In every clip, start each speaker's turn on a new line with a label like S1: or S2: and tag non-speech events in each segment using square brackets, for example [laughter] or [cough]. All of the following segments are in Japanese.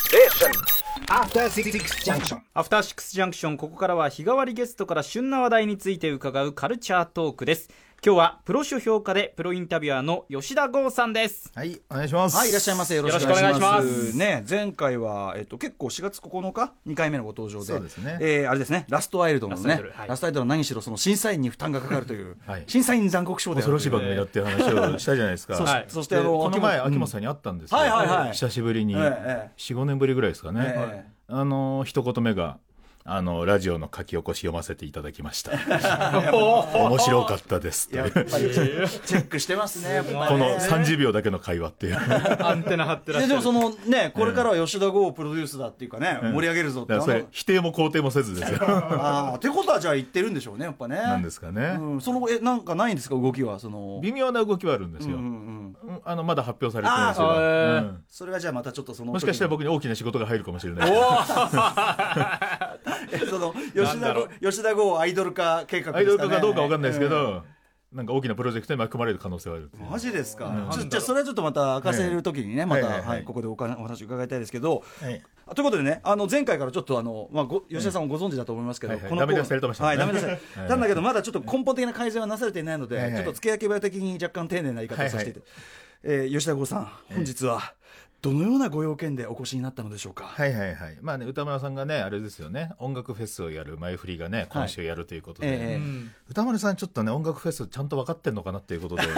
S1: Station.
S2: After Six Junction.
S3: アフターシックスジャンクション、ここからは日替わりゲストから旬な話題について伺うカルチャートークです。今日はプロ書評家でプロインタビュアーの吉田剛さんです。
S4: はい、お願いします。
S5: はい、いらっしゃいませ。よろしくお
S3: よろ
S5: 願い
S3: し
S5: し
S3: くお
S5: ま
S3: 願いします
S5: す。ね、前回は、えっと、結構4月9日、2回目のご登場で。
S4: そうですね
S5: えーあれですね、ラストアイルドの
S3: ラストアイ
S5: ね
S3: ドル、はい
S5: ラストアイドルは何しろ、その審査員に負担がかかるという
S4: はい、
S5: 審査員残酷賞であ
S4: 恐
S5: る
S4: ろ
S5: と
S4: し
S5: い。
S4: いう番組だっていう話をしたじゃないですか。
S5: そし
S3: はい
S5: そして、
S4: で
S5: あの、
S4: この前、秋元
S5: さ
S4: さんに会ったんですよ。
S5: はいはいはい
S4: 久しぶりに、
S5: ええええ
S4: 4、5年ぶりぐらいですかね。
S5: ええ
S4: あの、一言目が、あの、ラジオの書き起こし読ませていただきま
S5: [laughs]
S4: した。面白かったですっていう。こ
S5: ん。チェックしてますね、やっぱね
S4: の30秒だけの会話っていう。だ
S3: アンテナ張ってらっ
S5: で
S3: し
S5: で
S3: ゃ
S5: も
S3: る
S5: そ。のね、これからは吉田剛をプロデュースだっていうかね、盛り上げるぞって。
S4: からそ
S5: あ
S4: れ
S5: の、
S4: 否定も肯定もせずですよ。
S5: あーってことはじゃあ言ってるんでしょうね、やっぱね。
S4: なんですかね。
S5: うん、その、え、なんかないんですか、動きは。その、
S4: 微妙な動きはあるんですよ。うんあの、まだ発表されてないんですよ
S3: あー
S4: うん
S5: それがじゃあまたちょっとその時に。
S4: もしかしたら僕に大きな仕事が入るかもしれない。
S5: え [laughs] その
S3: ん
S5: 吉
S3: だ
S5: 田
S3: ろ
S5: 剛吉田剛アイドル化計画ですか、ね、
S4: アイドル化かどうかわかんないですけ
S5: え
S4: ど、なんか大きなプロジェクトに巻き込まれる可能性はある。
S5: えマジですか、ちょ
S3: なんだろう
S5: じゃあそれはちょっとまた明かせる時にね、また、
S4: はい
S5: は
S4: はいいはい
S5: ここでおかお話伺いたいですけど、
S4: はい
S5: あということでねあの前回からちょっとあの、まあ、ご吉田さんもご存知だと思いますけど、
S4: はいはい
S5: この
S4: ダメ出しされてましたね
S5: はいダメ出しされ
S4: [laughs] はい
S5: なんだけどまだちょっと根本的な改善はなされていないので、
S4: はいはい
S5: ちょっと付け焼き場的に若干丁寧な言い方をさせていただいて、えー吉田剛さん本日はどのようなご用件でお越しになったのでしょうか、
S4: はいはいはい。まあね、歌丸さんがね、あれですよね、音楽フェスをやる、前振りがね、今週やるということで、
S5: ええ
S3: うん
S4: 歌丸さんちょっとね、音楽フェスちゃんと分かってんのかなっていう
S5: [laughs]
S4: ことで、うんち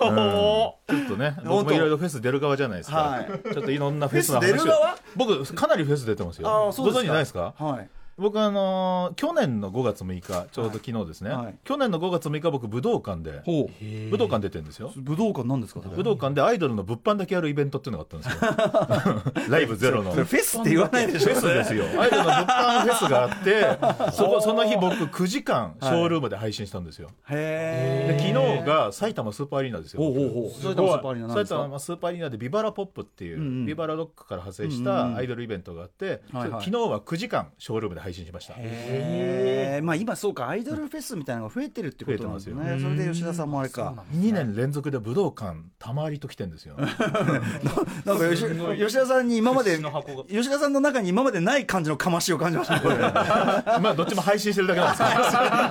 S3: お
S4: ょっとね、僕もいろいろフェス出る側じゃないですか。
S5: はい
S4: ちょっといろんなフェスの
S5: フェ
S4: 話
S5: ス
S4: を
S5: 出る側
S4: 僕、かなりフェス出てますよ。
S5: ああそうで
S4: ご
S5: すか
S4: 存知ないですか
S5: はい
S4: 僕あのー去年の5月6日ちょうど昨日ですね、
S5: はいはい
S4: 去年の5月6日僕武道館で
S5: ほう
S4: 武道館出てるんですよ
S5: 武道館なんですかそれ
S4: 武道館でアイドルの物販だけやるイベントっていうのがあったんですよライブゼ
S5: [laughs]
S4: ロの
S5: それ
S4: フ
S5: フェスって言わないでしょ
S4: ェスですよアイドルの物販フェスがあってそこその日僕9時間ショールームで配信したんですよ、
S5: へ
S4: で昨日が埼玉スーパーアリーナですよ
S5: おうおうおう埼玉スーパーアリーナなんで
S4: 埼
S5: すか
S4: 玉スーパーアリーナでビバラポップっていう、
S5: ん
S4: ビバラロックから派生したアイドルイベントがあって、
S5: はいは
S4: 昨
S5: い
S4: 日は9時間ショールームで配信しました
S5: へえまあ今そうかアイドルフェスみたいなのが増えてるってことなんですよねそれで吉田さんもあれか
S4: 2年連続で武道館たまりと来てんですよ
S5: なんか吉吉田さんに今まで
S3: の箱が
S5: 吉田さんの中に今までない感じのかましを感じましたねこれ [laughs]
S4: まあどっちも配信してるだけなんですけど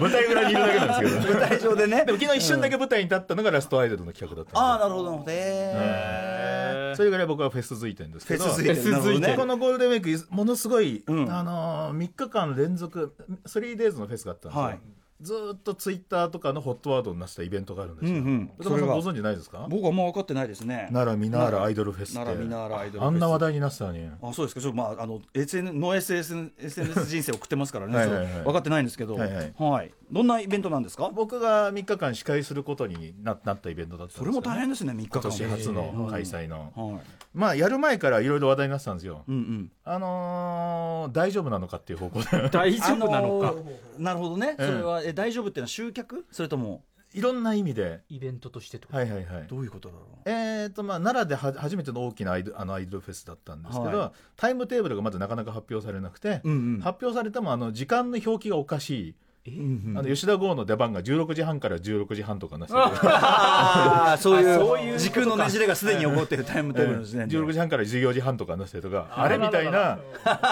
S4: 舞台裏にいるだけなんですけど
S5: 舞台上でね
S4: でも昨日一瞬だけ舞台に立ったのがラストアイドルの企画だったんで
S5: ああなるほどへえ
S4: それぐらい僕はフェス付いてるんです
S5: フ
S4: け
S5: ェ
S4: ど
S5: ス付いてるなるほど
S4: で
S5: ね
S4: このゴールデンウィークものすごい、
S5: うん
S4: あのー、3日間連続 3days のフェスがあったんですよ、
S5: はい
S4: ずーっとツイッターとかのホットワードになってたイベントがあるんですよ、
S5: うんうん
S4: 歌丸
S5: それ
S4: さん
S5: が
S4: ご存知ないですか
S5: 僕はもう分かってないですね
S4: 奈良ミナーラアイドルフェスって
S5: 奈良ミナーラアイドルフェス
S4: あんな話題になってたのに
S5: あそうですかちょっとまああの SN の SNS, SNS 人生送ってますからね
S4: はいはいはい
S5: そう分かってないんですけど
S4: はいはい
S5: はいどんなイベントなんですか
S4: 僕が3日間司会することにななったイベントだったんです
S5: そ
S4: よ
S5: れ
S4: ね
S5: も大変ですね3日間
S4: 今年初の開催の、
S5: はい
S4: まあやる前からいろいろ話題になってたんですよ、
S5: うんうん
S4: あのー大丈夫なのかっていう方向で
S3: 大丈夫なの
S5: あ
S3: か。
S5: のーなるほどね、
S4: うん
S5: それはえ大丈夫っていうのは集客それとも
S4: いろんな意味で
S3: イベントとしてってこと
S4: はいはいはい
S5: どういうことだろう
S4: えーとまあ、奈良では初めての大きなアイドあのアイドルフェスだったんですけど、
S5: は
S4: タイムテーブルがまずなかなか発表されなくて、
S5: んうん
S4: 発表されてもあの時間の表記がおかしい、
S5: ん
S4: あの吉田剛の出番が16時半から16時半とかなってて
S5: ああそう
S3: あそういうことか
S5: いう時空のねじれがすでに起こってるタイムテーブル
S4: [laughs]
S5: の時点で、
S4: 16時半から14時半とかなっててとか
S3: あ
S4: あれみたいな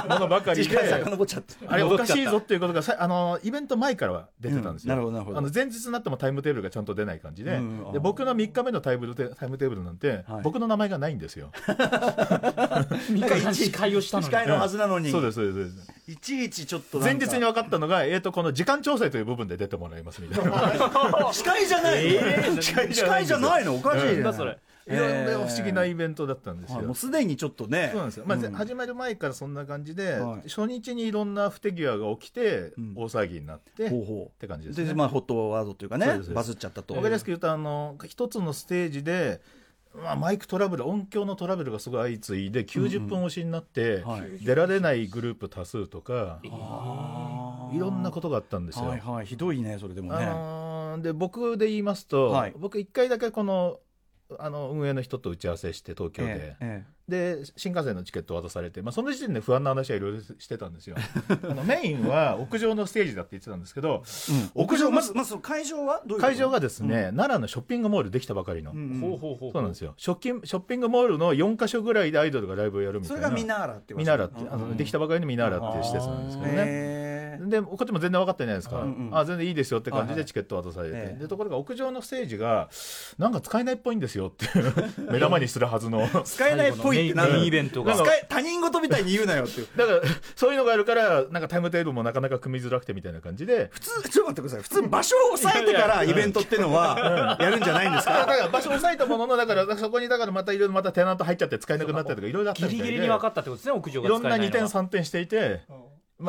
S4: ものば
S3: [laughs]
S4: かり
S5: 時間
S4: で
S5: 遡っちゃって
S4: あれおかしいぞっていうことがさあのイベント前からは出てたんですよ、
S5: うんなるほどなるほど
S4: あの前日になってもタイムテーブルがちゃんと出ない感じで,、
S5: うんうん
S4: で僕の3日目のタイムテータイムテーブルなんて、
S5: はい
S4: 僕の名前がないんですよ
S3: なんか司会をしたの
S5: 司
S3: に。
S5: 会のはずなのに、
S4: そうですそうですそうです
S5: いちいちちょっとな
S4: 前
S5: んか
S4: 日に分かったのが、えー、とこの時間調整という部分で出てもらいますみたい
S5: [laughs]
S4: な
S5: 司会じゃないの、 [laughs] 司会じゃないのおかしい
S3: なん
S5: ね
S3: だそれ。
S4: いろんな不思議な
S5: え
S4: イベントだったんです
S5: ーはい
S4: よ、
S5: もうすでにちょっとね
S4: そうなんですよ、まあぜ
S5: うん
S4: 始まる前からそんな感じで、
S5: はい
S4: 初日にいろんな不手際が起きて、
S5: ん
S4: 大騒ぎになって
S5: ほうほう
S4: って感じです
S5: で
S4: ね
S5: まあホットワードというか
S4: そう
S5: ね
S4: ですそうです
S5: バズっちゃったと
S4: わかりやすく言うとあの一つのステージで、まあ、マイクトラブル音響のトラブルがすごい相次いで90分押しになって、
S5: はい
S4: 出られないグループ多数とか、
S5: あー
S4: いろんなことがあったんですよ。
S5: はいはいひどいねそれでも
S4: あ
S5: ね
S4: のーで僕で言いますと、
S5: はい
S4: 僕一回だけこのあの運営の人と打ち合わせして東京で、
S5: ええ
S4: で新幹線のチケットを渡されて、まあ、その時点で不安な話はいろいろしてたん
S5: [laughs]
S4: ですよあのメインは屋上のステージだって言ってたんですけど、
S5: 屋
S4: 屋
S5: 上
S4: 上
S5: ま
S4: ま
S5: ず
S4: ず
S5: まずその会場はどういうこと
S4: 会場がですね、奈良のショッピングモールできたばかりの、
S5: うん
S3: ほうほうほう
S4: そうなんですよショッキンショッピングモールの4か所ぐらいでアイドルがライブをやるみ
S5: そ
S4: たい
S5: れ
S4: な
S5: がミナーラって
S4: ミナーラって、あのできたばかりのミナーラっていう施設なんですけどね、
S5: ね
S4: でこっちも全然分かってないですから、
S5: うんうん
S4: あ全然いいですよって感じ
S5: はいは
S4: で
S5: い
S4: チケット渡されて、
S5: ええ
S4: でところが屋上のステージがなんか使えないっぽいんですよって目玉にするはずの
S5: 使えないっぽいってな
S3: メイン
S5: る
S3: イベントが
S5: 使え他人事みたいに言うなよっていう
S4: だからそういうのがあるからなんかタイムテーブルもなかなか組みづらくてみたいな感じで
S5: 普通ちょっと待ってください普通場所を押さえてからイベントってのはやるんじゃないんです
S4: だ
S5: か
S4: から場所押さえたもののだからそこにだからまたいろいろまたテナント入っちゃって使えなくなったりとかいろいろあった
S3: ギ
S4: みたい
S3: リ
S4: で
S3: ギリに分かったってことですね屋上
S4: い
S3: が使
S4: ろ
S3: え
S4: ん
S3: な
S4: ない
S3: のは
S4: 2点3点していて、ま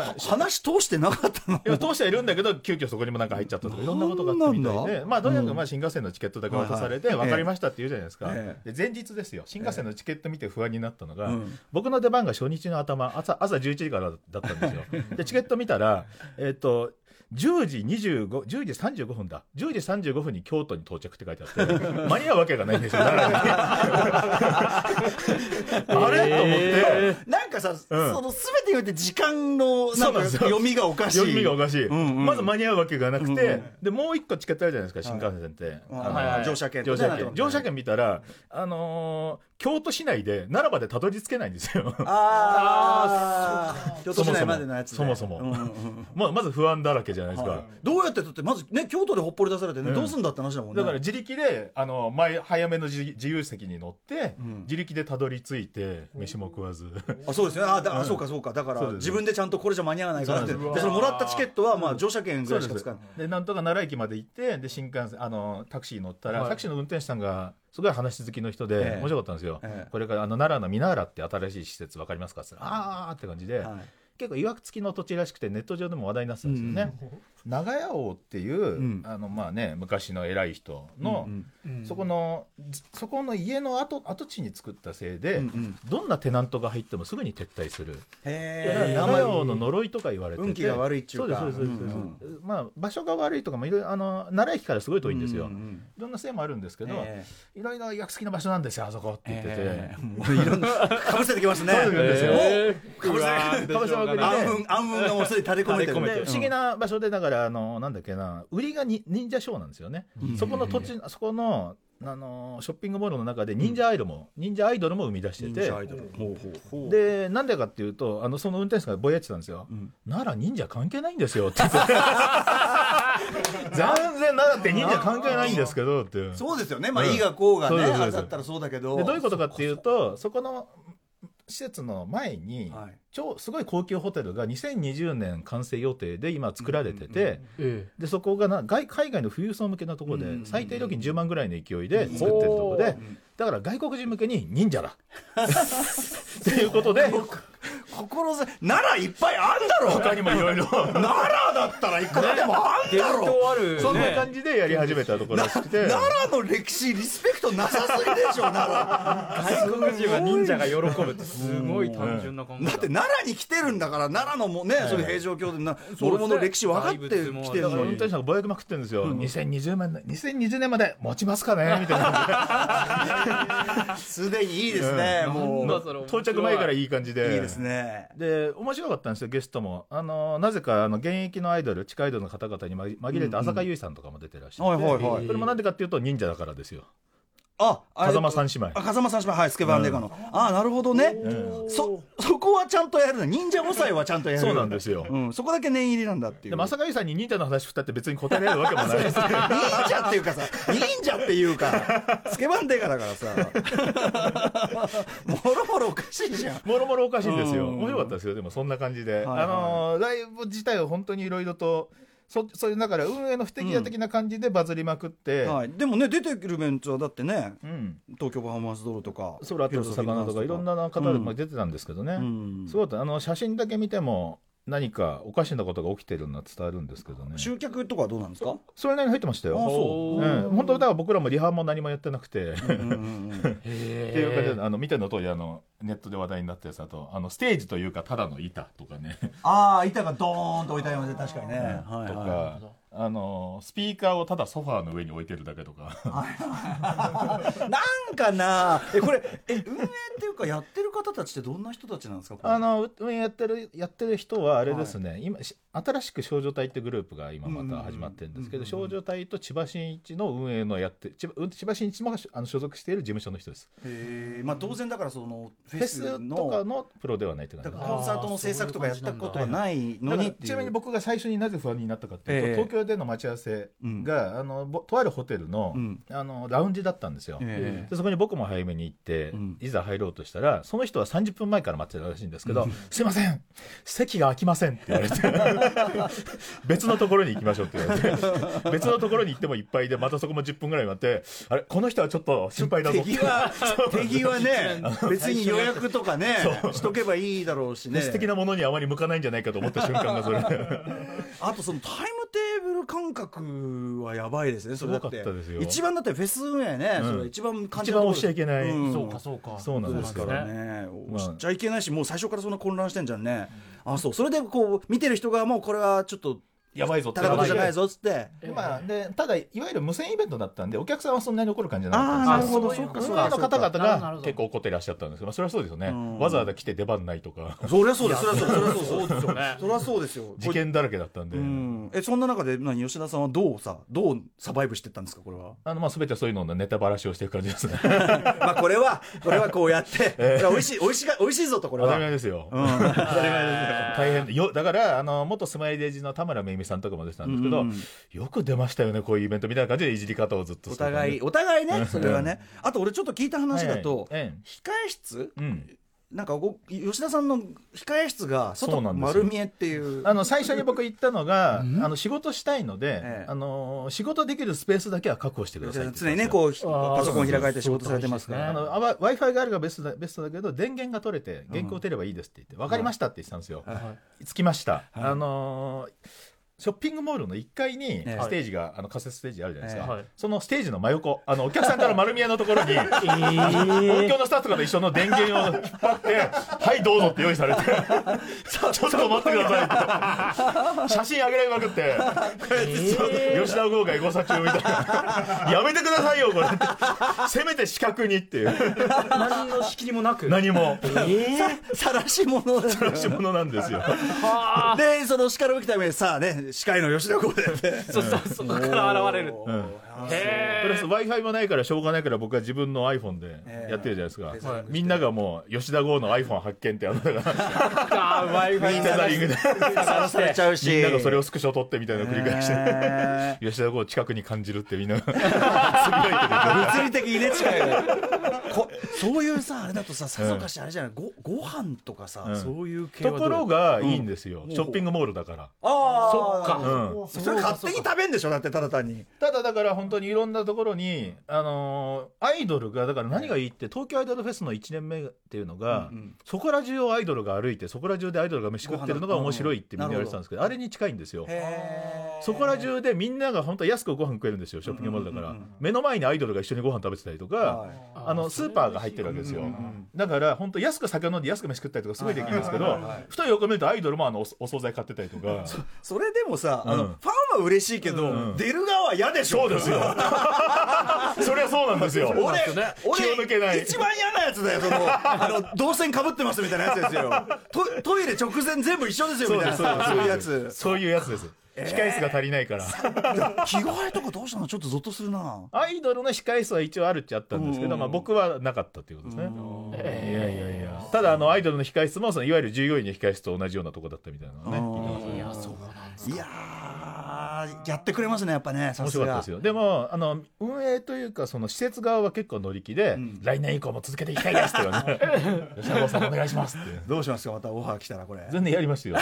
S4: あ
S5: 話通してなかったの
S4: いや通してはいるんだけど急遽そこにもなんか入っちゃったとかいろんなことがあったみたい
S5: なん
S4: でまあとにかくまあ新幹線のチケットだけ渡されて
S5: はいはい
S4: 分かりましたって言うじゃないですか、
S5: え
S4: で前日ですよ新幹線のチケット見て不安になったのが、
S5: うん
S4: 僕の出番が初日の頭朝朝11時からだったん
S5: [laughs]
S4: ですよでチケット見たらえっ、と10時25、10時35分だ。10時35分に京都に到着って書いてあ
S5: [laughs]
S4: って、間に合うわけがないんですよ、奈良にあれと思って、
S5: なんかさ、
S4: ん
S5: その全てにおいて時間のな
S4: そう
S5: ん
S4: なん
S5: か
S4: ですよ
S5: 読みがおかしい
S4: 読みがおかしい、
S5: うんうん
S4: まず間に合うわけがなくて、
S5: うんうん
S4: でもう一個チケットあるじゃないですか新幹線って、
S5: うん
S4: あの
S5: はいはい乗車券
S4: 乗車
S5: 乗車券
S4: 券乗車券見たら、あのー京都市内で奈良までたどり着けないんですよ
S5: ああ [laughs] 京都市内
S4: そもそも
S5: までのやつで
S4: そもそも
S5: うんうんうん
S4: まあまず不安だらけじゃないですか、
S5: どうやってだってまずね京都でほっぽり出されてね、
S4: うん
S5: どうすんだって話だもんね
S4: だから自力で、あの前早めの自自由席に乗って、
S5: ん
S4: 自力でたどり着いて飯も食わず、
S5: あそうですねあだ、あそうかそうかだから
S4: そうです
S5: 自分でちゃんとこれじゃ間に合わないからって
S4: そ
S5: で
S4: う
S5: そ
S4: なん
S3: です
S5: のもらったチケットはまあ乗車券ぐらいしか使わない
S4: でなんとか奈良駅まで行ってで新幹線あのタクシー乗ったら、
S3: はい
S4: タクシーの運転手さんがすごい話好きの人で、
S5: ええ
S4: 面白かったんですよ、
S5: ええ
S4: これからあの奈良のミナーラって新しい施設分かりますかって言ったらあーあーって感じで、
S5: はい
S4: 結構いわくつきの土地らしくてネット上でも話題になってたんですよね、長屋王っていう、
S5: ん
S4: あのまあね昔の偉い人の、そこのそこの家の跡跡地に作ったせいで、
S5: うんうん
S4: どんなテナントが入ってもすぐに撤退する、だから
S5: へ
S4: 長屋王の呪いとか言われてて
S5: 運気が悪いっちゅうか
S4: そうですそうですそうです、まあ場所が悪いとかもいろいろあの奈良駅からすごい遠いんですよ、
S5: うんうんうん
S4: いろんなせいもあるんですけど、
S5: え
S4: いろいろ役付きの場所なんですよあそこって言ってて、
S5: えもういろんなかぶせてきますね
S4: かぶせてくるんですよ
S5: お
S3: ー
S5: う
S4: か
S5: わ
S4: ぶせまくりで
S5: 暗雲暗雲がもうすでに垂れ込めてる
S3: 垂れ込めて
S4: で不思議な場所でだからあのなんだっけな売りがに忍者ショーなんですよね、そこの土地そこのあのショッピングモールの中で忍者アイドルも、忍者アイドルも生み出しててでなんでかっていうとあのその運転手さんがぼやってたんですよ、奈良忍者関係ないんですよって言って全然奈良って忍者関係ないんですけどっていう
S5: そうですよねまあ
S4: うん
S5: いいがこうがね
S4: そうですそう
S5: あ
S4: で
S5: れ
S4: す
S5: だったらそうだけど
S4: でどういうことかっていうとそこの施設の前に、
S5: はい
S4: 超すごい高級ホテルが2020年完成予定で今作られてて、でそこがな外海外の富裕層向けのところで、最低料金10万ぐらいの勢いで作ってるところで、だから外国人向けに忍
S5: [laughs]
S4: 者だっていうことで
S5: 志奈良いっぱいあんだろ
S4: 他にもいろいろ
S5: 奈良だったらいくらでもあん
S3: 伝
S5: だろ
S3: 統ある
S4: そんな
S3: ね
S4: 感じでやり始めたところらしくて。
S5: 奈良の歴史リスペクトなさすぎでしょ奈良
S3: 外国人は忍者が喜ぶってすごい単純な考え
S5: だって奈良に来てるんだから奈良のもね、それ平城京でな
S3: そうですね
S5: 諸々の歴史分かってきてる
S4: だから
S5: の
S4: 運
S5: に
S4: 転手さんがぼやきまくってるんですよ、2020, 年まで2020年まで持ちますかねみたい
S5: [laughs]
S4: な感
S5: すでにいいですね、もう
S3: なんだ
S5: い
S3: それ
S4: じで到着前から
S3: い
S4: いい感じで
S5: いですね
S4: で面白かったんですよゲストもあのなぜかあの現役のアイドル地下アイドルの方々に紛紛れて浅香唯さんとかも出てらっしゃって、
S5: はいはいはい
S4: これもなんでかっていうと忍者だからですよ
S5: ああれ
S4: 風間三姉妹
S5: あ風間さん姉妹はいスケバンデカの、ああなるほどね、そそこはちゃんとやるの忍者5歳はちゃんとやる
S4: そうなんですよ
S5: うん、そこだけ念入りなんだっていう
S4: でも浅香唯さんに忍者の話振ったって別に答えられるわけもないです
S5: 忍者っていうかさ忍者っていうかスケバンデカだからさ
S4: [laughs]
S5: もろもろおかしいじゃん
S4: [laughs] もろもろおかしいんですよ
S5: うん
S4: 面白かったですよでもそんな感じで、
S5: はいはい
S4: あのライブ自体は本当にいろいろとそそういうだから運営の不手際的な感じでバズりまくって、うん
S5: はい、でもね出てくるメンツはだってね東京パフォーマンスドローとか
S4: ソラと魚とかいろんな方でも出てたんですけどね、
S5: うん
S4: そうだったあの写真だけ見ても何かおかしなことが起きてるのは伝わるんですけどね
S5: 集客とかはどうなんです
S4: [laughs]
S5: か
S4: それなりに入ってましたよ
S5: あ
S4: う
S5: そ
S4: ん、本当だから僕らもリハも何もやってなくて、っ
S5: うんうんうん
S3: って
S4: ていう
S3: い
S4: 感じであの見ての通りあのネットで話題になったやつだとあのステージというかただの板とかね
S5: ああ板がドーンと置いてありますね確かにね、はい
S4: と
S5: は
S4: かあのスピーカーをただソファーの上に置いてるだけとか
S5: なんかなえこれえ運営っていうかやってる方たちってどんな人たちなんですかこれ
S4: [laughs] あのうやってるやってる人はあれですね、今し新しく少女隊ってグループが今また始まってるんですけど、少女隊と千葉真一の運営のやって千葉うん千葉真一もあの所属している事務所の人です
S5: へーまあ当然だからそのフ
S4: フ
S5: ェ
S4: ェ
S5: ス
S4: スとか
S5: の
S4: のプロではないって感
S5: だ
S4: じ
S5: か
S4: で
S5: らコンサートの制作とかやったことはないの
S4: だか
S5: にっ
S4: ら
S5: ていう
S4: ちなみに僕が最初になぜ不安になったかっていうと、
S5: ええ
S4: 東京での待ち合わせが、あのぼとあるホテルの,、
S5: うん
S4: あのラウンジだったんですよ、
S5: ええ
S4: でそこに僕も早めに行って、
S5: うん
S4: いざ入ろうとしたらその人は30分前から待ってたらしいんですけど「すいません席が空きません」って言わ
S5: [laughs]
S4: れて別のところに行きましょうって言われて別のところに行ってもいっぱいでまたそこも10分ぐらい待ってあれこの人はちょっと心配だぞ [laughs]
S5: 敵は敵はね別に予約とかねしとけばいいだろうしね
S4: 素敵なものにあまり向かないんじゃないかと思った瞬間が
S5: [laughs]
S4: それ。
S5: あとそのタイムテーブル感覚はやばいですねそれだっ
S4: す
S5: て
S4: ごかったですよ
S5: 一番だってフェス運営ね、
S4: うん
S5: それ一番感じ
S4: 一
S5: る
S4: 番
S5: ところ
S4: 押しちゃいけない、
S5: うん
S1: そうかそうか
S4: そうなんです
S5: だ
S4: か
S5: から
S4: ら
S5: ね、
S4: まあ
S5: 押しちゃいけないしもう最初からそんな混乱してんじゃんね、あそうそれでこう見てる人がもうこれはちょっと
S4: やばいぞって
S5: ただ事じゃないぞっつって
S4: まあ、でただいわゆる無線イベントだったんでお客さんはそんなに怒る感じじゃなかったんです
S1: あーなるほどそうかそうか
S4: 運営の方
S1: な
S4: 々
S1: るほどなる
S4: が
S1: ほど
S4: 結構怒ってらっしゃったんですけど、まあ、それはそうですよね、
S5: うん
S4: わざわざ来て出番ないとか
S5: そりゃそうですそりゃそうそりゃそうです
S3: よね
S5: そりゃそうですよ
S4: 事件だらけだったんで、
S5: うんえそんな中で何吉田さんはどうさどうサバイブしてったんですかこれは
S4: あのまあ全てそういうののネタばらしをしていく感じですね
S5: [laughs] まあこれはこれはこうやって、これは美味しい美味しいが美味しいぞとこれ
S4: 当た [laughs]
S5: は
S4: り前ですよ、
S5: うん
S4: 大変よだからあの元スマイレージの田村めいみさんとかも出てたんですけど、
S5: うん
S4: よく出ましたよねこういうイベントみたいな感じでいじり方をずっと
S5: お
S4: してたんで
S5: 互いお互いねそれはねあと俺ちょっと聞いた話だと、
S4: はいえ
S5: 控え室
S4: えうん
S5: なんかご吉田さんの控え室が
S4: そ
S5: 外
S4: うなんですよ
S5: 丸見えっていう
S4: あの最初に僕言ったのが、あの仕事したいので、
S5: ええ
S4: あの仕事できるスペースだけは確保してくださいって言ったん
S5: 常に
S4: ですよ
S5: ねこうパソコン開かれて仕
S1: そうそう
S5: 事されてますか
S4: あ
S5: ら
S1: そう
S4: のあわ Wi-Fi があるがベストだベストだけど電源が取れて原稿打てればいいですって言って、分かりましたって言ってたんですよ、着きました、あのーショッピングモールの1階に
S5: ええ
S4: ステージが、あの仮設ステージあるじゃないですか、
S1: はい
S4: そのステージの真横あのお客さんから丸見えのところに
S1: [laughs] え
S4: 東
S1: ー
S4: 京のスタッフとかと一緒の電源を引っ
S1: [laughs]
S4: 張って「はいどうぞ」って用意されてちょっと待ってくださいって写真あげられまくって
S1: えー
S4: 吉田豪華エゴサ中みたいなやめてくださいよこれってせめて視覚にっていう
S3: 何の仕切りもなく
S4: [laughs] 何も
S1: えー
S5: 晒し者で
S4: 出し物なんですよ
S3: はあ
S5: でその叱るべきためにさあね司会の吉田剛で
S3: そうそうそこから現れる
S4: うん
S3: へ
S4: プラス w i f i もないからしょうがないから僕は自分の iPhone でやってるじゃないですか、
S5: えはい
S4: みんながもう吉田豪の iPhone 発見って
S5: [laughs]
S4: あのだから
S3: えか w i f
S4: テ
S3: i
S4: ザリングで
S5: 晒されちゃうし
S4: みんながそれをスクショ撮ってみたいなのを繰り返して、
S5: ね
S4: 吉田豪を近くに感じるってみん
S5: [laughs]
S4: なが
S5: 物理的にね近いね [laughs] こそういうさあれだとささぞかしあれじゃないごご飯とかさ
S4: ん
S5: そういう系
S4: と
S5: はどう
S4: ころがいいんですよ、ショッピングモールだから、
S5: あ
S3: そっ
S5: あ
S3: か
S4: うん、
S5: それ勝手に食べんでしょだってただ単に
S4: ただだから本当にいろんなところに、あのーアイドルがだから何がいいって東京アイドルフェスの1年目っていうのが、そこら中をアイドルが歩いてそこら中でアイドルが飯食ってるのが面白いってみんな言われてたんですけどあれに近いんですよ。
S5: へ
S4: そこら中でみんなが本当は安くご飯食えるんですよショッピングモールだから、目の前にアイドルが一緒にご飯食べてたりとか、
S5: はい
S4: あのスーパーが入ってるわけですよ、だから本当安く酒飲んで安く飯食ったりとかすごいできるんですけど、
S5: はいはいはいはい
S4: ふと横見るとアイドルもあのおお惣菜買ってたりとか。
S5: それでもさ、あ
S4: う
S5: の
S4: ん
S5: ファンは嬉しいけど、
S4: うん
S5: 出る側は嫌でしょ
S4: そうですよ [laughs] そりゃそうなんです [laughs] よ
S5: 俺俺
S4: 気を抜けない
S5: 一番嫌なやつだよそのあ
S4: [laughs]
S5: の動線かぶってますみたいなやつですよトトイレ直前全部一緒ですよみたいなそういうやつ
S4: そういうやつです。控え室が足りないから。
S5: 着替えとかどうしたのちょっとゾッとするな
S4: [laughs] アイドルの控え室は一応あるっちゃあったんですけど、まあ僕はなかったっていうことですね。いやいやいや。ただあのアイドルの控え室もそのいわゆる従業員の控え室と同じようなとこだったみたいなのね。
S5: いやいやーやってくれますねやっぱねさ
S4: 面
S5: す
S4: 白かった
S5: が
S4: ですよ。でもあの運営というかその施設側は結構乗り気で、来年以降も続けていきたいですとか [laughs] ね。吉田剛さんお願いしますって。 [laughs]
S5: どうしますかまたオファー来たらこれ
S4: 全然やりますよ。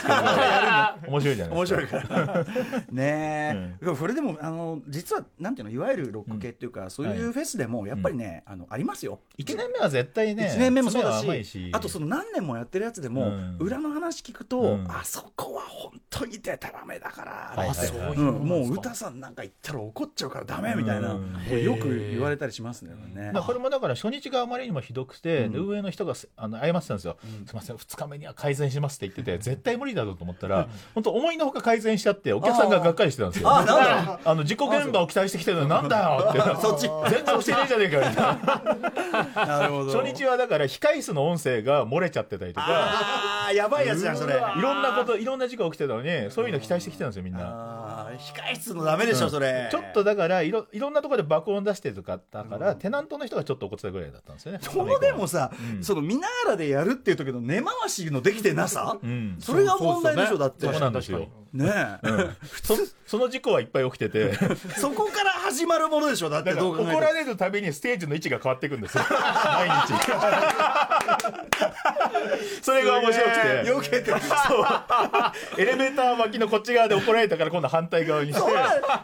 S4: 面白いじゃない
S5: 面
S4: ですか。
S5: 白いから
S4: [laughs]
S5: ねえ、それでもあの実はなんていうのいわゆるロック系っていうか、そういうフェスでもやっぱりね、あのありますよ
S4: 1年目は絶対ね。
S5: 1年目もそうだ
S4: 爪は甘
S5: し
S4: い
S5: あとその何年もやってるやつでも、
S4: うん
S5: 裏の話聞くと、
S4: うん
S5: あそこは本当にでたらめだから、
S4: はいはいはい
S5: うんもう歌さんなんか言ったら怒っちゃうからダメみたいな、
S4: うん
S5: これよく言われたりしますね。ね
S4: まあこれもだから初日があまりにもひどくて、で上の人がすあの謝ってたんですよ、すみません、2日目には改善しますって言ってて、絶対無理だろうと思ったら、本当、思いのほか改善しちゃって、お客さんががっかりしてたんですよ、
S5: あーなん
S4: あの事故現場を期待してきてるのに、なんだよって、
S5: [laughs] そっち
S4: 全然してねえじゃねえかよみたい
S5: [laughs]
S4: な。
S5: [laughs] なるほ
S4: 初日はだから控室の音声が漏れちゃってたりとか
S5: ああやばいやつじゃんそれ
S4: いろんなこといろんな事故が起きてたのにそういうの期待してきてたんですよみんな。
S5: あー控室のダメでしょそれ、
S4: ちょっとだからいろいろんなところで爆音出してとかだから、テナントの人がちょっと怒ってたぐらいだったんですよね。
S5: そのでもさ、
S4: うん
S5: その見ながらでやるっていう時の根回しのできてなさ、
S4: うん、
S5: それが問題でしょ、だって
S4: そうなんですよ。
S5: ねえ、
S4: そ [laughs] その事故はいっぱい起きて
S5: [laughs]
S4: て、
S5: そこから始まるものでしょだって
S4: だから
S5: どう
S4: 怒
S5: 考えても
S4: られるたびにステージの位置が変わっていくん
S5: [laughs]
S4: ですよ。毎日。 [laughs] それが面白くて。
S5: よけて
S4: [laughs] エレベーター脇のこっち側で怒られたから今度反対側にして。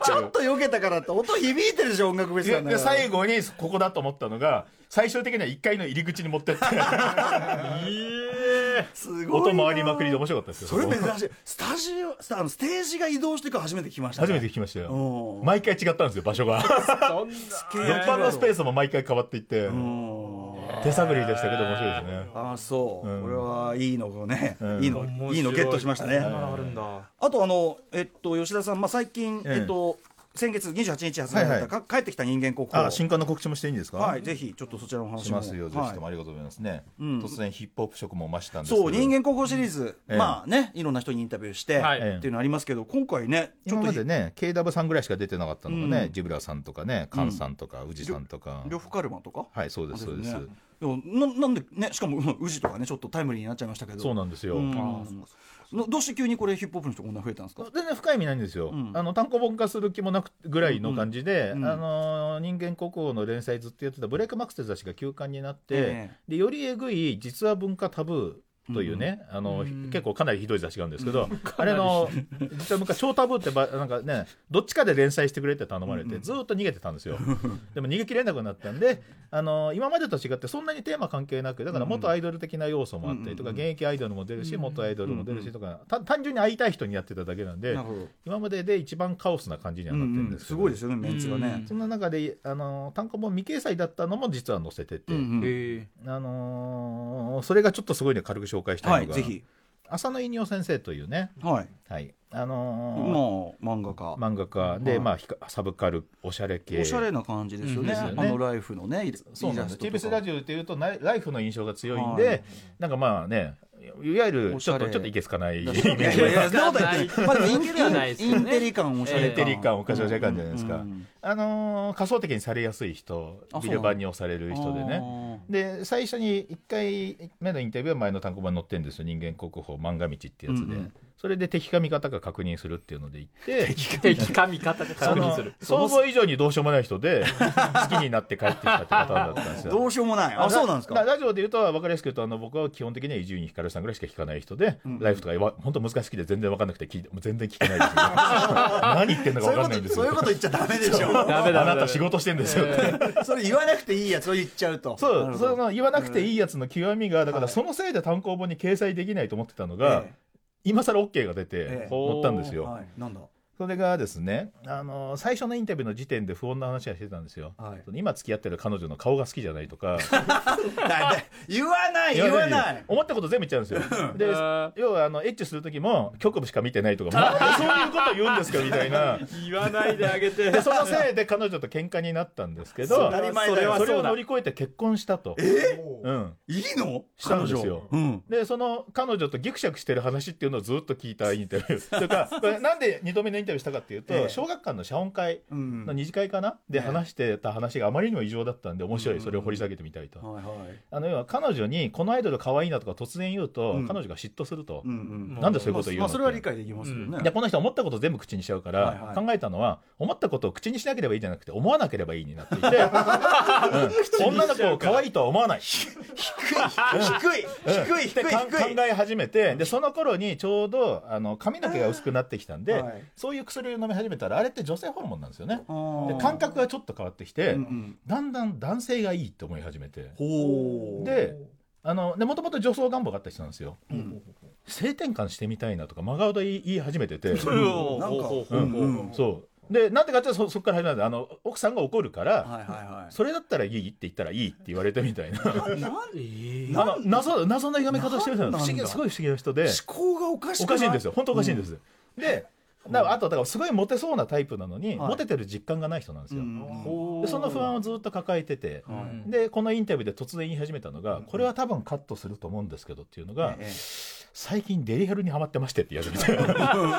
S5: ちょっとよけたからって音響いてるでしょ音楽フェス
S4: で
S5: なんだか
S4: で
S5: ら
S4: 最後にここだと思ったのが最終的には1階の入り口に持ってって
S5: すごいな
S4: 音回りまくりで面白かったですよ
S5: それ珍
S4: こ
S5: しいスタジオスタあのステージが移動していくの初めて聞きました、ね、
S4: 初めて聞きましたよ
S5: うん
S4: 毎回違ったんですよ場所
S5: [laughs]
S4: が
S1: そんな
S4: 一般のスペースも毎回変わっていって
S5: うん
S4: 手探りでしたけど面白いですね
S5: ああそう、
S4: うん
S5: これはいいのをね、
S4: うん
S5: いいのいいのゲットしましたね、
S1: そんなのあるんだ
S5: あとあの、えっと、吉田さん、まあ、最近、
S4: ええ
S5: えっと、先月28日発売された、
S4: はいは
S5: か帰ってきた人間国宝
S4: 刊の告知もしていいんですか
S5: はい、ぜひちょっとそちらのお話もはい
S4: ありがとうございますね、
S5: ん
S4: 然ヒップホップ色も増したん
S5: そう人間国宝シリーズ、
S4: ええ
S5: まあねいろんな人にインタビューして、
S1: はい
S5: っていうのありますけど今回ねちょ
S4: 今
S5: っと
S4: ま
S5: ひ
S4: でね KW さんぐらいしか出てなかったのがね、
S5: うん
S4: ジブラさんとかねカンさんとか、宇治さんとか
S5: 呂布カルマとか
S4: はいそうですそうです
S5: ねでもななんでねしかも [laughs] うん宇治とかねちょっとタイムリーになっちゃいましたけど
S4: そうなんですよ、
S5: うんなどうして急にこれヒップホップの人こんな増えたんですか
S4: 全然深い意味ないんですよ、
S5: うん
S4: あの単行本化する気もなくぐらいの感じで、
S5: うんうん
S4: あのー人間国宝の連載ずっとやってた「ブレイクマックス」という雑誌が休刊になって、
S5: ええ
S4: でよりえぐい実は文化タブーというね、あの
S1: うん
S4: 結構かなりひどい雑誌があるんですけど、あれの実は昔超タブーってばなんかねどっちかで連載してくれって頼まれて、ずーっと逃げてたん
S5: [laughs]
S4: ですよでも逃げきれなくなったんであの今までと違ってそんなにテーマ関係なくだから元アイドル的な要素もあったりとか、
S5: うんうん
S4: 現役アイドルも出るし、
S1: うん
S4: 元アイドルも出るしとか、た単純に会いたい人にやってただけなんで、
S5: なるほど、
S4: 今までで一番カオスな感じにはなってるん
S5: うんう
S4: で
S5: ん
S4: すけ
S5: す
S4: ど、
S5: ごいですよねメンツがね、
S4: そんな中で、あの単行本未掲載だったのも実は載せてて、
S5: うんうん
S1: え
S4: あのーそれがちょっとすごいね軽く紹介したいのが、
S5: はいぜひ
S4: 浅野稲夫先生というね、
S5: はい
S4: はいあの
S5: まあ漫画家
S4: ー漫画家で、
S5: はい
S4: まあひか、サブカルおしゃれ系
S5: おしゃれな感じです
S4: う
S5: よね,、
S4: んですよね
S5: あのライフのねイラ
S4: そうなんです
S5: イラスト
S4: TBS ラ
S5: とか
S4: ジオっていうとなライフの印象が強いんで、
S5: はい
S4: なんかまあねいわゆる
S5: お
S4: ち
S5: し
S4: ょ
S5: ゃ
S4: っ
S5: れ
S4: とちょっといけすかないイメ
S5: いや
S4: ージ
S5: いや
S4: が
S5: いや、そんなことは言ってない。まあ、インテリ
S1: はないですよね
S5: インテリ感、おしゃれ
S4: インテリ感を柏じゃ感じゃないですか、
S5: うん
S4: [laughs] あのー仮想的にされやすい人
S5: あそうなの
S4: ビデオ版に押される人でね。で最初に1回目のインタビューは前の単行本に載ってるんですよ「人間国宝漫画道」ってやつで、
S5: うんうん
S4: それで敵か味方か確認するっていうので行
S5: [laughs]
S4: って
S1: え敵か味方か確認する
S4: その想像以上にどうしようもない人
S5: [laughs]
S4: で好きになって帰ってきたってパターンだったんです
S5: あー
S4: よ。
S5: どうしようもない。あ、そうなんです
S4: だ
S5: か。
S4: ラジオで言うと分かりやすく言うとあの僕は基本的には伊集院光さんぐらいしか聞かない人で、ライフとかわ本当難しくて全然分かんなくて聞いてもう全然聞けないですよ
S5: [laughs]
S4: 何言ってんのか
S5: そ
S4: 分
S5: ういう
S4: か
S5: こ
S4: んないん
S5: と、
S4: です
S5: そういう
S4: よ
S5: こと言っちゃダメでし
S4: [laughs]
S5: ょ。
S1: ダメだ
S4: あなた仕事してんですよ、
S5: それ言わなくていいやつを言っちゃうと。
S4: そ
S5: なる
S4: う
S5: ほど
S4: その言わなくていいやつの極みがだからそのせいで単行本に掲載できないと思ってたのが、
S5: え
S4: 今更 OK が出
S5: え
S4: て
S5: え
S4: 乗ったんです
S5: え
S4: よ、
S5: はい。なんだ。
S4: それがですねあの最初のインタビューの時点で不穏な話はしてたんですよ、
S5: はい
S4: その今付き合ってる彼女の顔が好きじゃないとか
S5: だい言わない、 [laughs] 言わない。
S4: 思ったこと全部言っちゃうんですよで
S1: あー
S4: 要はあのエッチする時も局部しか見てない
S5: [laughs]
S4: とかなんでそういうこと言うんですかみたいな
S1: 言わないであげて
S4: でそのせいで彼女と喧嘩になったんですけ
S5: そ
S4: ど
S5: う当だたり前
S1: そ
S5: だ
S1: れ
S5: よ
S1: は
S4: それ
S1: そ
S4: を
S1: うだ
S4: 乗り越えて結婚したと、うん、
S5: いいの。
S4: したんですよ
S5: 彼女うん。
S4: でその彼女とギクシャクしてる話っていうのをずっと聞いたインタビューというかこれなんで2度目のインタビューしたかっていうと、
S5: ええ
S4: 小学館の謝恩会
S5: うん。
S4: の
S5: はい
S4: 二次会かな、で
S5: ええ
S4: 話してた話があまりにも異常だったんで面白いそれを掘り下げてみたいと、
S5: はい。
S4: あの要は彼女に「このアイドル可愛いな」とか突然言うと、
S5: うん
S4: 彼女が嫉妬すると、
S5: うんうん。
S4: なんでそういうこと言う
S5: ま
S4: の
S5: あ、それは理解できますよ
S1: う
S5: ね。
S4: でこの人思ったこと全部口にしちゃうから、
S5: はいはい
S4: 考えたのは思ったことを口にしなければいいじゃなくて思わなければいいになってい
S5: [laughs]
S4: て、うん女の子を可愛いとは思わない
S5: 低い、低い、低い、
S4: でかん
S5: 低い。
S4: 考え始めてでその頃にちょうどあの髪の毛が薄くなってきたんで、
S5: はい
S4: そういう薬を飲み始めたらあれって女性ホルモンなんですよね
S5: あー
S4: で感覚がちょっと変わってきて、
S5: うんうん
S4: だんだん男性がいいって思い始めて
S5: ほう。
S4: であのでもともと女装願望があった人なんですよ、性転換してみたいなとか真顔で言い言い始めてて、
S1: うん
S5: うんなんか
S1: ほうほうほうほう
S5: うんうん
S4: そうでなんでかっていうとそそこから始まるあの奥さんが怒るから、
S5: はいはい
S4: それだったらいいって言ったらいいって言われたみたいな
S5: はいなん
S4: あの謎謎の歪め方してる人なの
S5: なん
S4: 不
S5: な
S4: 思
S5: んだ
S4: 議すごい不思議な人で
S5: 思考がおかしく
S4: お
S5: な
S4: かしいんですよ本当おかしいんです、でだからあとだからすごいモテそうなタイプなのに、
S5: はい
S4: モテてる実感がない人なんです
S5: うん
S4: よ、
S5: うん
S4: でその不安をずっと抱えてて、
S5: はい
S4: でこのインタビューで突然言い始めたのが、
S5: うん
S4: これは多分カットすると思うんですけどっていうのが、
S5: ええ
S4: 最近デリヘルにハマってましてって言い始めて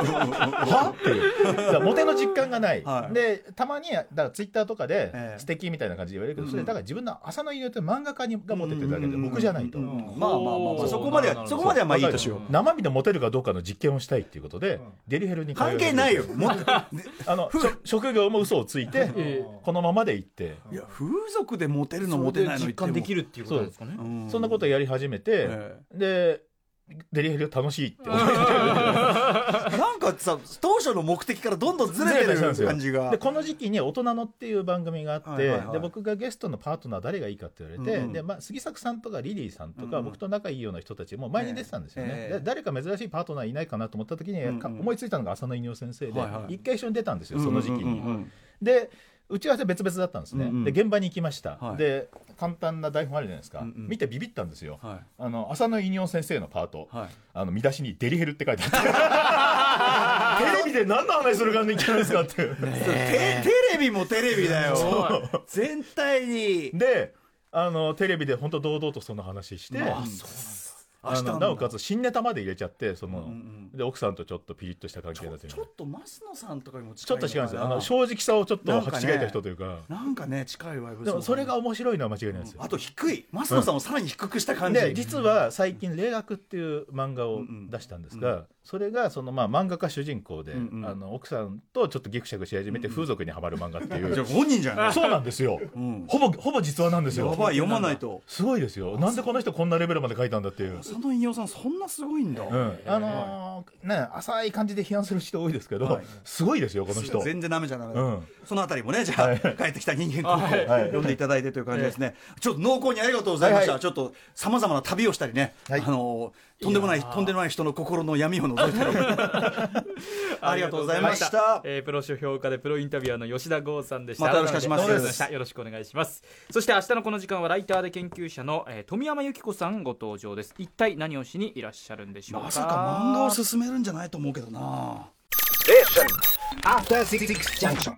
S4: はっていうだからモテの実感がない、
S5: はい
S4: でたまにだからツイッターとかで
S5: ええ
S4: 素敵みたいな感じで言われるけど、そ
S5: うん
S4: れだから自分の浅野犬って漫画家にがモテてるだけ
S5: うん
S4: で
S5: うんうん
S4: 僕じゃないと、
S5: うんまあまあまあまあそこまで
S1: なるほ
S5: は
S1: ど
S5: そこまではまあいいとしよう
S1: うん
S4: 生身でモテるかどうかの実験をしたいっていうことで、デリヘルに通い始
S5: 関
S4: めて
S5: 係ないよもう [laughs]
S4: あのしょ職業も嘘をついて、
S1: え
S4: このままで行って、
S5: いや風俗でモテるのモ
S1: そ
S5: テ
S1: れ
S5: ないの
S1: 実感でき
S5: る
S1: るっていうことなんですかね
S4: そんなこと
S5: や
S4: やり始めて、でデリヘル楽しいって思って
S5: なんかさ当初の目的からどんどんずれて
S4: ずれてるん
S5: る
S4: ですよ
S5: 感じが
S4: でこの時期に「大人の」っていう番組があって、
S5: はいはいはい
S4: で僕がゲストのパートナー誰がいいかって言われて、
S5: うんうん
S4: でまあ、杉作さんとかリリーさんと
S5: うんう
S4: か
S5: ん
S4: 僕と仲いいような人たちも前に出てたんですよね、
S5: ええええ
S4: で誰か珍しいパートナーいないかなと思った時に、
S5: うんうん
S4: か思いついたのが浅野稲生先生で、
S5: はいはい
S4: 一回一緒に出たんですよその時期に。
S5: うんうんうんうん
S4: で打ち合わせ別々だったんですね、
S5: うんうん
S4: で現場に行きました、
S5: はい
S4: で簡単な台本あるじゃないですか、
S5: うんうん
S4: 見てビビったんですよ、
S5: は
S4: あの浅野稲生先生のパート、
S5: いはい
S4: あの見出しに「デリヘル」って書いてあ
S5: [laughs]
S4: ってテレビで何の話する感じに来たんですかって。
S5: テテレビもテレビだよ全体に
S4: であのテレビで本当堂々とその話して、
S5: あ
S4: あ
S5: 明日
S4: の
S5: なんだ
S4: なおかつ新ネタまで入れちゃってその、
S5: うんうん
S4: で奥さんとちょっとピリッとした関
S5: ち
S4: 係にな
S5: ょ
S4: ってる
S5: ち
S4: ち
S5: ょ
S4: ょ
S5: っと増野さんとかにも近い
S4: っと違うんですよあの
S5: のか
S4: 正直さをちょっと
S5: なんか
S4: は
S5: ね
S4: ちがいた人というか
S5: ななんかね近いわよ
S4: でもそれが面白いのは間違いないですよ、
S5: あと低い増野さんをさらに低くした感じ
S4: で実は最近「霊学」っていう漫画を出したんですが、
S5: うん
S4: それがそのまあ漫画家主人公で、
S5: うんうん
S4: あの奥さんとちょっとギクシャクし始めて風俗にはまる漫画
S5: [laughs]
S4: っていう、
S5: じゃあ本人じゃない
S4: そうなんですよ
S5: うん
S4: ほぼほぼ実話なんです
S5: や
S4: よ
S5: ばい読まないと
S4: すごいですよなんでこの人こんなレベルまで書いたんだっていう
S5: 佐野稲尾さんそんなすごいんだ
S4: うんあのーね、浅い感じで批判する人多いですけど、すごいですよ、この人。
S5: 全然ダメじゃダメだ、
S4: うん
S5: そのあたりもねじゃあ、帰ってきた人間国宝、
S4: はい
S5: 読んでいただいてという感じですね、ちょっと濃厚にありがとうございました、
S4: はいはい
S5: ちょっとさまざまな旅をしたりね、
S4: はい
S5: あのとんでもないとんでもない人の心の闇を覗いたりありがとうございました
S3: えープロ書評家でプロインタビュアーの吉田剛さんでした
S5: またよろしくお願いします
S3: どうもありがとうございしたよろしくお願いしますそして明日のこの時間はライターで研究者の、えー富山由紀子さんご登場です一体何をしにいらっしゃるんでしょうか
S5: まさか漫画を進めるんじゃないと思うけどな
S2: After Six Junction.